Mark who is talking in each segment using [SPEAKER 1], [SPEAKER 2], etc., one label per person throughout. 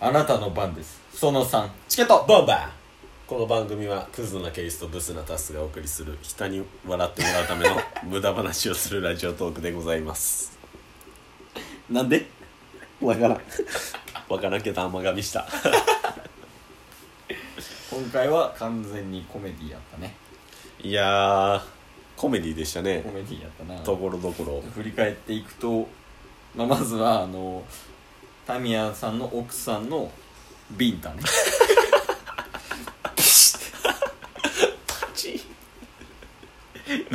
[SPEAKER 1] あなたの番ですその3
[SPEAKER 2] チケットボンバーこの番組はクズなケイスとブスなタスがお送りする人に笑ってもらうための無駄話をするラジオトークでございます
[SPEAKER 1] なんでわからん
[SPEAKER 2] わからんけど甘噛みした
[SPEAKER 1] 今回は完全にコメディやったね
[SPEAKER 2] いやーコメディでしたね
[SPEAKER 1] コメディやったな
[SPEAKER 2] ところどころ
[SPEAKER 1] 振り返っていくと、まあ、まずはあのタミヤさんの奥さんのビンタね
[SPEAKER 2] パチ
[SPEAKER 1] い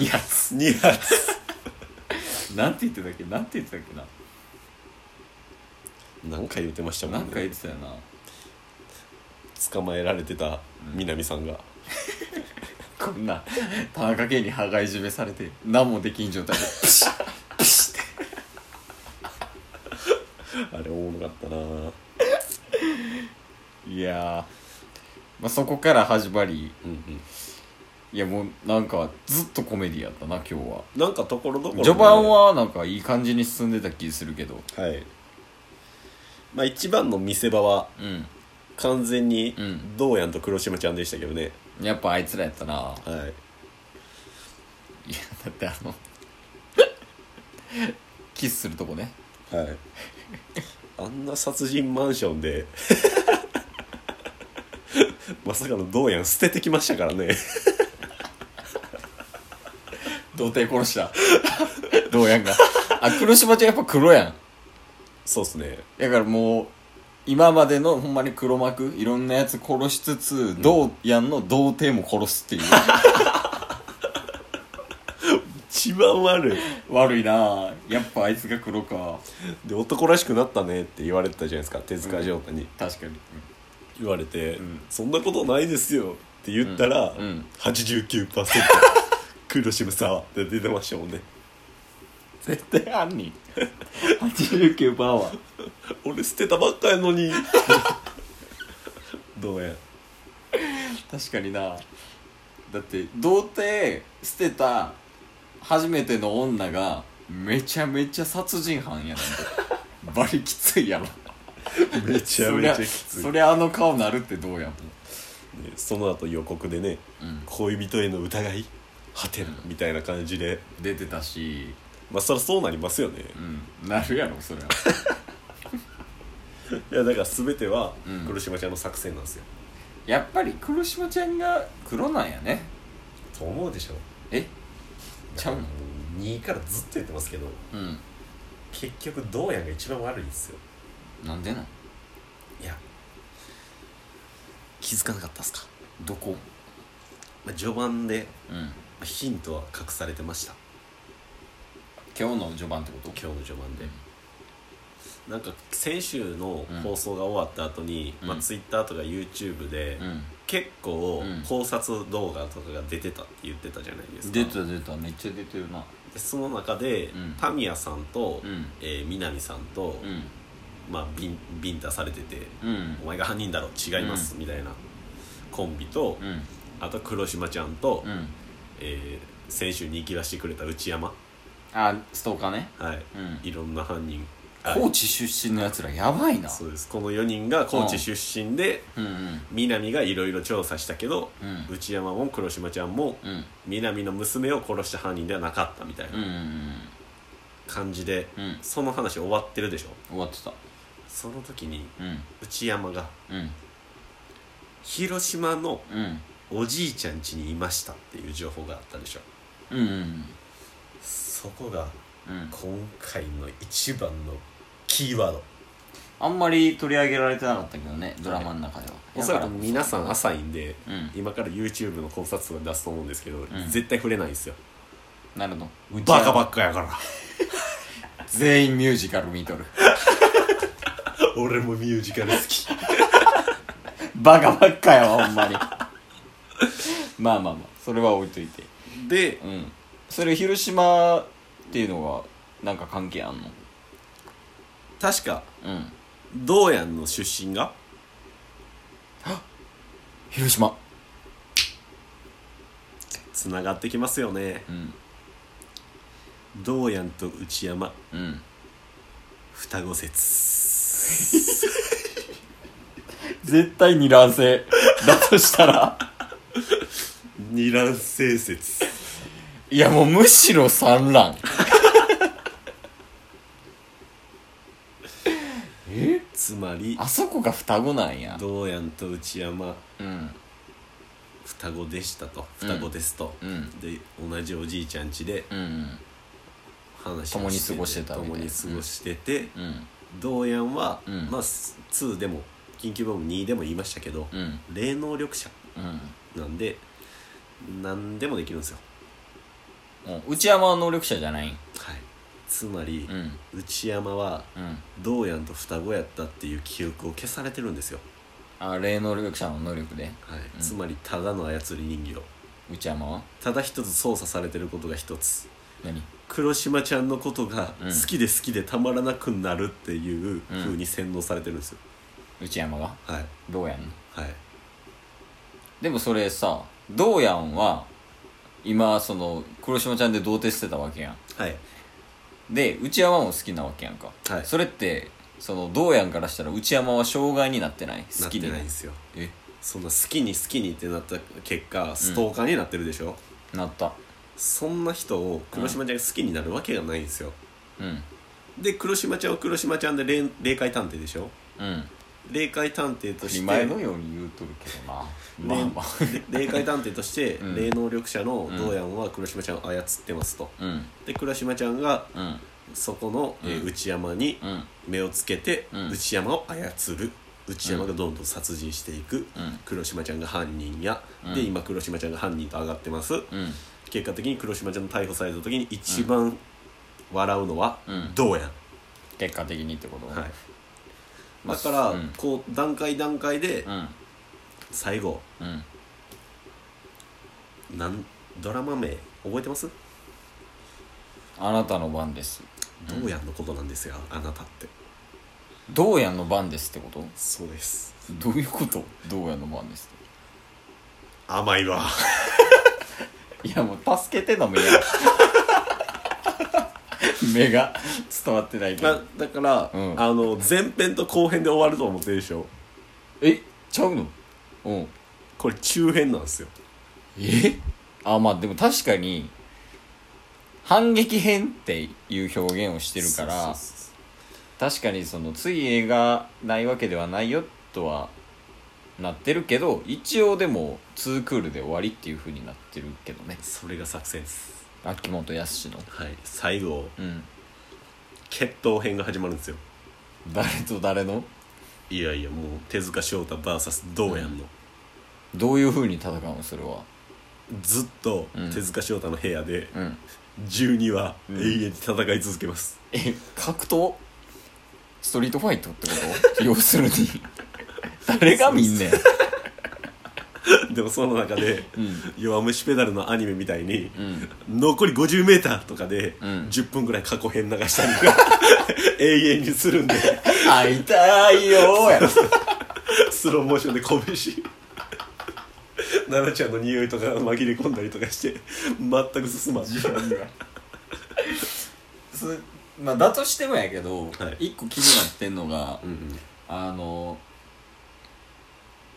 [SPEAKER 1] や
[SPEAKER 2] 2発
[SPEAKER 1] なんて言ってたっけなんて言ってたっけな
[SPEAKER 2] 何回言ってましたも
[SPEAKER 1] なん
[SPEAKER 2] ん
[SPEAKER 1] か言
[SPEAKER 2] ね
[SPEAKER 1] ってたよな
[SPEAKER 2] 捕まえられてた南さんが、
[SPEAKER 1] こんな田中圭に羽交い締めされて何もできん状態でプシップシッて
[SPEAKER 2] あれおもろかったなー
[SPEAKER 1] いやー、まあ、そこから始まり
[SPEAKER 2] うんうん
[SPEAKER 1] いやもうなんかずっとコメディやったな今日は
[SPEAKER 2] なんかところどころね
[SPEAKER 1] 序盤はなんかいい感じに進んでた気するけど
[SPEAKER 2] はいまあ一番の見せ場は
[SPEAKER 1] うん
[SPEAKER 2] 完全に
[SPEAKER 1] うん
[SPEAKER 2] どうやんと黒島ちゃんでしたけどね、
[SPEAKER 1] やっぱあいつらやったな
[SPEAKER 2] はい
[SPEAKER 1] いやだってあのキスするとこね
[SPEAKER 2] はいあんな殺人マンションで まさかのどうやん捨ててきましたからね
[SPEAKER 1] 童貞殺したどうやんがあ黒島ちゃんやっぱ黒やん
[SPEAKER 2] そうっすね
[SPEAKER 1] だからもう今までのほんまに黒幕いろんなやつ殺しつつどうやんの童貞も殺すっていう
[SPEAKER 2] 一番悪い
[SPEAKER 1] 悪いなあやっぱあいつが黒か
[SPEAKER 2] で男らしくなったねって言われてたじゃないですか手塚城太に
[SPEAKER 1] 確かに
[SPEAKER 2] 言われて、
[SPEAKER 1] ん
[SPEAKER 2] そんなことないですよって言ったら、
[SPEAKER 1] うんうん
[SPEAKER 2] 89%黒島さんって出てましたもんね
[SPEAKER 1] 絶対犯人89%は
[SPEAKER 2] 俺捨てたばっかやのにどうや
[SPEAKER 1] 確かになだって童貞捨てた初めての女がめちゃめちゃ殺人犯やな んてバリきついやろ
[SPEAKER 2] めちゃめちゃき
[SPEAKER 1] そり
[SPEAKER 2] つい
[SPEAKER 1] そりゃあの顔なるってどうやもん
[SPEAKER 2] でその後予告でね、
[SPEAKER 1] うん
[SPEAKER 2] 恋人への疑い果てなみたいな感じで
[SPEAKER 1] 出てたし
[SPEAKER 2] まあそりゃそうなりますよね、
[SPEAKER 1] うんなるやろそりゃ
[SPEAKER 2] いやだから全ては
[SPEAKER 1] うん
[SPEAKER 2] 黒島ちゃんの作戦なんですよ、
[SPEAKER 1] やっぱり黒島ちゃんが黒なんやね
[SPEAKER 2] と思うでしょ
[SPEAKER 1] えちゃうの
[SPEAKER 2] もう2からずっと言ってますけど
[SPEAKER 1] うん
[SPEAKER 2] 結局どうやんが一番悪いんですよ
[SPEAKER 1] なんでなん
[SPEAKER 2] いや気づかなかったっすか、
[SPEAKER 1] どこ
[SPEAKER 2] まあ、序盤で
[SPEAKER 1] うん
[SPEAKER 2] まあヒントは隠されてました
[SPEAKER 1] 今日の序盤ってこと
[SPEAKER 2] 今日の序盤で、なんか先週の
[SPEAKER 1] うん
[SPEAKER 2] 放送が終わった後に、
[SPEAKER 1] うん
[SPEAKER 2] まあ、Twitter とか YouTube で、
[SPEAKER 1] うん
[SPEAKER 2] 結構
[SPEAKER 1] うん
[SPEAKER 2] 考察動画とかが出てたって言ってたじゃないですか
[SPEAKER 1] 出てた出てためっちゃ出てるな
[SPEAKER 2] でその中で、
[SPEAKER 1] うん
[SPEAKER 2] タミヤさんと、
[SPEAKER 1] うん
[SPEAKER 2] えー南さんと、
[SPEAKER 1] うん
[SPEAKER 2] まあ、ビンビンタされてて、
[SPEAKER 1] うん
[SPEAKER 2] お前が犯人だろ違います、みたいなコンビと、
[SPEAKER 1] うん
[SPEAKER 2] あと黒島ちゃんと、
[SPEAKER 1] うん
[SPEAKER 2] えー先週に生きらしてくれた内山
[SPEAKER 1] あストーカーね
[SPEAKER 2] はい、
[SPEAKER 1] うん
[SPEAKER 2] いろんな犯人はい
[SPEAKER 1] 高知出身のやつらやばいな
[SPEAKER 2] そうですこの4人が高知出身で、
[SPEAKER 1] うんうん
[SPEAKER 2] 南がいろいろ調査したけど、
[SPEAKER 1] うん
[SPEAKER 2] 内山も黒島ちゃんも、
[SPEAKER 1] うん
[SPEAKER 2] 南の娘を殺した犯人ではなかったみたい
[SPEAKER 1] うんう
[SPEAKER 2] なん感じで、
[SPEAKER 1] うんうん
[SPEAKER 2] その話終わってるでしょ
[SPEAKER 1] 終わってた
[SPEAKER 2] その時に
[SPEAKER 1] うん
[SPEAKER 2] 内山が
[SPEAKER 1] うん
[SPEAKER 2] 広島の
[SPEAKER 1] うん
[SPEAKER 2] おじいちゃん家にいましたっていう情報があったでしょ
[SPEAKER 1] うんうん
[SPEAKER 2] そこが
[SPEAKER 1] うん
[SPEAKER 2] 今回の一番のキーワード
[SPEAKER 1] あんまり取り上げられてなかったけどねドラマの中では
[SPEAKER 2] おそらく皆さん浅いんで、
[SPEAKER 1] うん
[SPEAKER 2] 今から YouTube の考察を出すと思うんですけど、
[SPEAKER 1] ん
[SPEAKER 2] 絶対触れないんですよ
[SPEAKER 1] なるほど
[SPEAKER 2] バカばっかやから
[SPEAKER 1] 全員ミュージカル見とる
[SPEAKER 2] 俺もミュージカル好き
[SPEAKER 1] バカばっかやわほんまにまあまあまあそれは置いといて
[SPEAKER 2] で
[SPEAKER 1] うんそれ広島っていうのはなんか関係あんの
[SPEAKER 2] 確か
[SPEAKER 1] うん
[SPEAKER 2] どうやんの出身が
[SPEAKER 1] 広島
[SPEAKER 2] つながってきますよね
[SPEAKER 1] うん
[SPEAKER 2] どうやんと内山
[SPEAKER 1] うん
[SPEAKER 2] 双子説
[SPEAKER 1] 絶対二卵性だとしたら
[SPEAKER 2] 二卵性説
[SPEAKER 1] いやもうむしろ産卵え
[SPEAKER 2] つまり
[SPEAKER 1] あそこが双子なんや
[SPEAKER 2] どうやんと内山
[SPEAKER 1] うん
[SPEAKER 2] 双子でしたと
[SPEAKER 1] うん
[SPEAKER 2] 双子ですと、
[SPEAKER 1] うん
[SPEAKER 2] で同じおじいちゃん家で
[SPEAKER 1] うん
[SPEAKER 2] 話を
[SPEAKER 1] 共に過ごしてたみたい
[SPEAKER 2] 共に過ごしてて、
[SPEAKER 1] うん
[SPEAKER 2] どうやんは、
[SPEAKER 1] うん
[SPEAKER 2] まあす2でも緊急ボム2でも言いましたけど、
[SPEAKER 1] うん
[SPEAKER 2] 霊能力者
[SPEAKER 1] うん
[SPEAKER 2] なんで何でもできるんですよ
[SPEAKER 1] もう内山は能力者じゃないん
[SPEAKER 2] はいつまり
[SPEAKER 1] う、ん
[SPEAKER 2] 内山は
[SPEAKER 1] うん
[SPEAKER 2] どうやんと双子やったっていう記憶を消されてるんですよ、
[SPEAKER 1] あ霊能力者の能力で
[SPEAKER 2] はい
[SPEAKER 1] うん
[SPEAKER 2] つまりただの操り人形
[SPEAKER 1] 内山は
[SPEAKER 2] ただ一つ操作されてることが一つ
[SPEAKER 1] 何
[SPEAKER 2] 黒島ちゃんのことが
[SPEAKER 1] うん
[SPEAKER 2] 好きで好きでたまらなくなるっていう風に洗脳されてるんですよ、
[SPEAKER 1] 内山が
[SPEAKER 2] はい
[SPEAKER 1] どうやん
[SPEAKER 2] はい
[SPEAKER 1] でもそれさどうやんは今その黒島ちゃんで童貞してたわけやん
[SPEAKER 2] はい
[SPEAKER 1] で内山も好きなわけやんか、
[SPEAKER 2] はい
[SPEAKER 1] それってそのどうやんからしたら内山は障害になってない好きに
[SPEAKER 2] なってないんですよ
[SPEAKER 1] え
[SPEAKER 2] そんな好きに好きにってなった結果ストーカーになってるでしょ、
[SPEAKER 1] なった
[SPEAKER 2] そんな人を黒島ちゃんが好きになるわけがないんですよ、
[SPEAKER 1] うん
[SPEAKER 2] で黒島ちゃんは黒島ちゃんで霊霊界探偵でしょ
[SPEAKER 1] うん
[SPEAKER 2] 霊界探偵として
[SPEAKER 1] 前のように言うとるけどなまあまあ
[SPEAKER 2] 霊霊界探偵として、
[SPEAKER 1] うん
[SPEAKER 2] 霊能力者のドーヤンは黒島ちゃんを操ってますと
[SPEAKER 1] うん
[SPEAKER 2] で黒島ちゃんが
[SPEAKER 1] うん
[SPEAKER 2] そこの、えー
[SPEAKER 1] うん
[SPEAKER 2] 内山に
[SPEAKER 1] うん
[SPEAKER 2] 目をつけて、
[SPEAKER 1] うん
[SPEAKER 2] 内山を操る内山がどんどん殺人していく、
[SPEAKER 1] うん
[SPEAKER 2] 黒島ちゃんが犯人や、
[SPEAKER 1] うん
[SPEAKER 2] で今黒島ちゃんが犯人と上がってます、
[SPEAKER 1] うん
[SPEAKER 2] 結果的に黒島ちゃんの逮捕された時に一番笑うのは
[SPEAKER 1] うん
[SPEAKER 2] どうやん、
[SPEAKER 1] 結果的にってこと
[SPEAKER 2] はい、
[SPEAKER 1] ま
[SPEAKER 2] だ
[SPEAKER 1] あ
[SPEAKER 2] から、
[SPEAKER 1] うん
[SPEAKER 2] こう段階段階で
[SPEAKER 1] うん
[SPEAKER 2] 最後
[SPEAKER 1] うん
[SPEAKER 2] なんドラマ名覚えてます、
[SPEAKER 1] あなたの番です
[SPEAKER 2] どうやんのことなんですよあなたって
[SPEAKER 1] どうやんの番ですってこと
[SPEAKER 2] そうです
[SPEAKER 1] どういうことどうやんの番ですって
[SPEAKER 2] 甘いわ
[SPEAKER 1] いやもう助けての目や 目が伝わってないけど、
[SPEAKER 2] だだから、
[SPEAKER 1] うん
[SPEAKER 2] あの前編と後編で終わると思ってるでしょ
[SPEAKER 1] えちゃうのうん
[SPEAKER 2] これ中編なんですよ
[SPEAKER 1] えあまあでも確かに反撃編っていう表現をしてるから
[SPEAKER 2] そうそう
[SPEAKER 1] 確かにそのつい映画ないわけではないよとはなってるけど一応でも2クールで終わりっていう風になってるけどね
[SPEAKER 2] そうそれが作戦です
[SPEAKER 1] 秋元康の
[SPEAKER 2] はい最後
[SPEAKER 1] うん
[SPEAKER 2] 決闘編が始まるんですよ
[SPEAKER 1] 誰と誰の
[SPEAKER 2] いやいやもう手塚翔太 VS どうやんの、
[SPEAKER 1] どういう風に戦うのそれは
[SPEAKER 2] ずっと
[SPEAKER 1] うん
[SPEAKER 2] 手塚翔太の部屋で
[SPEAKER 1] うん
[SPEAKER 2] 12話
[SPEAKER 1] うん
[SPEAKER 2] 永遠に戦い続けます、
[SPEAKER 1] え格闘ストリートファイトってこと要 するに誰が見んねん
[SPEAKER 2] でもその中で
[SPEAKER 1] うん
[SPEAKER 2] 弱虫ペダルのアニメみたいに、
[SPEAKER 1] うん
[SPEAKER 2] 残り 50m とかで
[SPEAKER 1] うん
[SPEAKER 2] 10分ぐらい過去編流した りとか永遠にするんで
[SPEAKER 1] 会いたいよーやろ
[SPEAKER 2] スローモーションで拳奈々ちゃんの匂いとか紛れ込んだりとかして全く進まん
[SPEAKER 1] それまあだとしてもやけど、
[SPEAKER 2] はい
[SPEAKER 1] 一個気になってんのが
[SPEAKER 2] うんうん
[SPEAKER 1] あの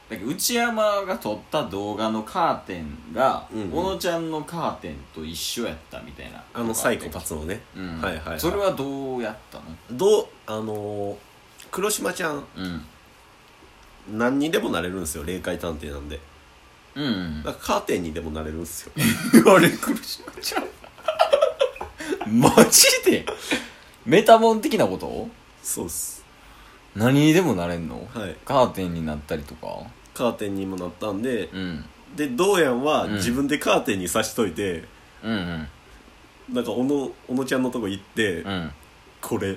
[SPEAKER 1] だけど内山が撮った動画のカーテンが、
[SPEAKER 2] うんうん
[SPEAKER 1] 小野ちゃんのカーテンと一緒やったみたいな
[SPEAKER 2] あのサイコパスのね、
[SPEAKER 1] うん
[SPEAKER 2] はいはい、はい、
[SPEAKER 1] それはどうやったの
[SPEAKER 2] どうあのー黒島ちゃん
[SPEAKER 1] うん
[SPEAKER 2] 何にでもなれるんですよ霊界探偵なんで
[SPEAKER 1] うん
[SPEAKER 2] だからカーテンにでもなれるんですよ
[SPEAKER 1] あれ苦しくちゃう マジでメタモン的なこと
[SPEAKER 2] そうっす
[SPEAKER 1] 何にでもなれんの、
[SPEAKER 2] はい
[SPEAKER 1] カーテンになったりとか
[SPEAKER 2] カーテンにもなったんで
[SPEAKER 1] うん
[SPEAKER 2] でどうやんは
[SPEAKER 1] うん
[SPEAKER 2] 自分でカーテンに刺しといて、
[SPEAKER 1] うんうん
[SPEAKER 2] なんか小野小野ちゃんのとこ行って、
[SPEAKER 1] うん
[SPEAKER 2] これ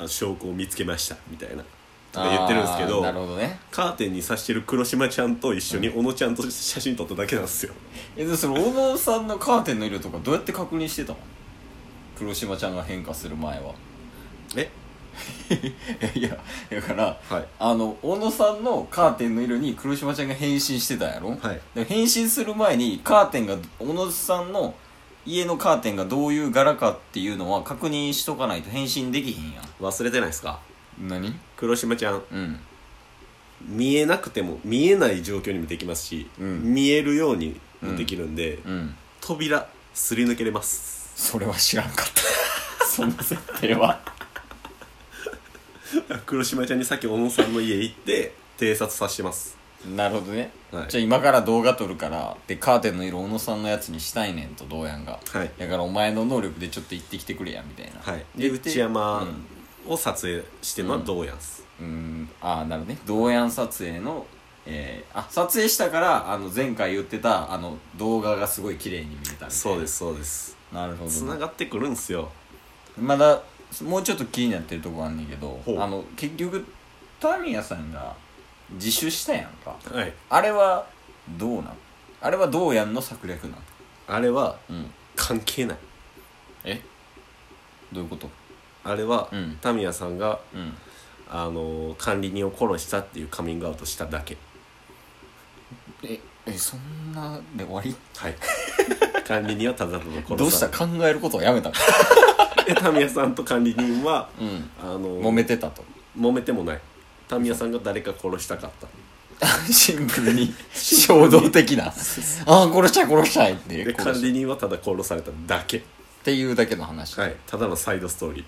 [SPEAKER 2] あ証拠を見つけましたみたいなとか言ってるんですけ
[SPEAKER 1] あー
[SPEAKER 2] ど
[SPEAKER 1] なるほどね
[SPEAKER 2] カーテンに刺してる黒島ちゃんと一緒に小野ちゃんと写真撮っただけなんですよ、
[SPEAKER 1] えでその小野さんのカーテンの色とかどうやって確認してたの黒島ちゃんが変化する前は
[SPEAKER 2] え
[SPEAKER 1] いやだから
[SPEAKER 2] はい
[SPEAKER 1] あの小野さんのカーテンの色に黒島ちゃんが変身してたやろ、
[SPEAKER 2] はい
[SPEAKER 1] で変身する前にカーテンが小野さんの家のカーテンがどういう柄かっていうのは確認しとかないと変身できひんやん
[SPEAKER 2] 忘れてないですか
[SPEAKER 1] 何
[SPEAKER 2] 黒島ちゃん
[SPEAKER 1] うん
[SPEAKER 2] 見えなくても見えない状況にもできますし、
[SPEAKER 1] うん
[SPEAKER 2] 見えるようにもできるんで、
[SPEAKER 1] うん
[SPEAKER 2] 扉すり抜けれます
[SPEAKER 1] それは知らんかった その設定は
[SPEAKER 2] 黒島ちゃんにさっき小野さんの家行って偵察させてます
[SPEAKER 1] なるほどね、
[SPEAKER 2] はい
[SPEAKER 1] じゃあ今から動画撮るからでカーテンの色小野さんのやつにしたいねんとどうやんが
[SPEAKER 2] はい
[SPEAKER 1] だからお前の能力でちょっと行ってきてくれやみたいな
[SPEAKER 2] はいで
[SPEAKER 1] 言って
[SPEAKER 2] 内山を撮影してるのはどうやんす、
[SPEAKER 1] うんうんああなるほどね動画撮影のえー、あ撮影したからあの前回言ってたあの動画がすごい綺麗に見えたみたいな
[SPEAKER 2] そうですそうです
[SPEAKER 1] なるほ
[SPEAKER 2] つ
[SPEAKER 1] ど
[SPEAKER 2] な
[SPEAKER 1] ね
[SPEAKER 2] がってくるんすよ
[SPEAKER 1] まだもうちょっと気になってるとこあんねんけど
[SPEAKER 2] ほう
[SPEAKER 1] あの結局タミヤさんが自首したやんか
[SPEAKER 2] はい
[SPEAKER 1] あれはどうなんあれはどうやんの策略なん
[SPEAKER 2] あれは
[SPEAKER 1] うん
[SPEAKER 2] 関係ない
[SPEAKER 1] えどういうこと
[SPEAKER 2] あれは、
[SPEAKER 1] うん
[SPEAKER 2] タミヤさんが
[SPEAKER 1] うん
[SPEAKER 2] あの管理人を殺したっていうカミングアウトしただけ
[SPEAKER 1] ええそんなで終わり
[SPEAKER 2] はい 管理人はただただ殺さ
[SPEAKER 1] どうした考えることをやめたの
[SPEAKER 2] えタミヤさんと管理人は
[SPEAKER 1] うん
[SPEAKER 2] あの
[SPEAKER 1] 揉めてた と
[SPEAKER 2] 揉めてもないタミヤさんが誰か殺したかった
[SPEAKER 1] シンプル に衝動的 なああ殺したい殺したいって
[SPEAKER 2] で
[SPEAKER 1] 殺
[SPEAKER 2] 管
[SPEAKER 1] したっ
[SPEAKER 2] 理人はただ殺されただけ
[SPEAKER 1] ていうだけの話、
[SPEAKER 2] はいただのサイドストーリー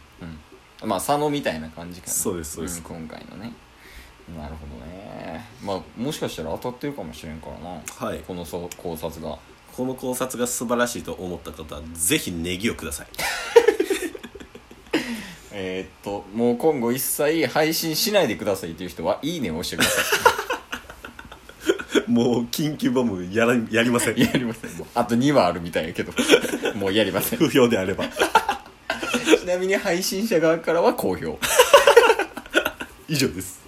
[SPEAKER 1] うん、まあ佐野みたいな感じかな
[SPEAKER 2] そうですそうです
[SPEAKER 1] ん今回のねなるほどねまあもしかしたら当たってるかもしれんからな
[SPEAKER 2] はい
[SPEAKER 1] このそう考察が
[SPEAKER 2] この考察が素晴らしいと思った方はぜひネギをください
[SPEAKER 1] えーっともう今後一切配信しないでくださいっていう人はいいねを押してくださ
[SPEAKER 2] もう緊急ボムやらやりません
[SPEAKER 1] いやりませんもうあと2はあるみたいやけどもうやりませ ん
[SPEAKER 2] 不評であれば
[SPEAKER 1] ちなみに配信者側からは好評
[SPEAKER 2] 以上です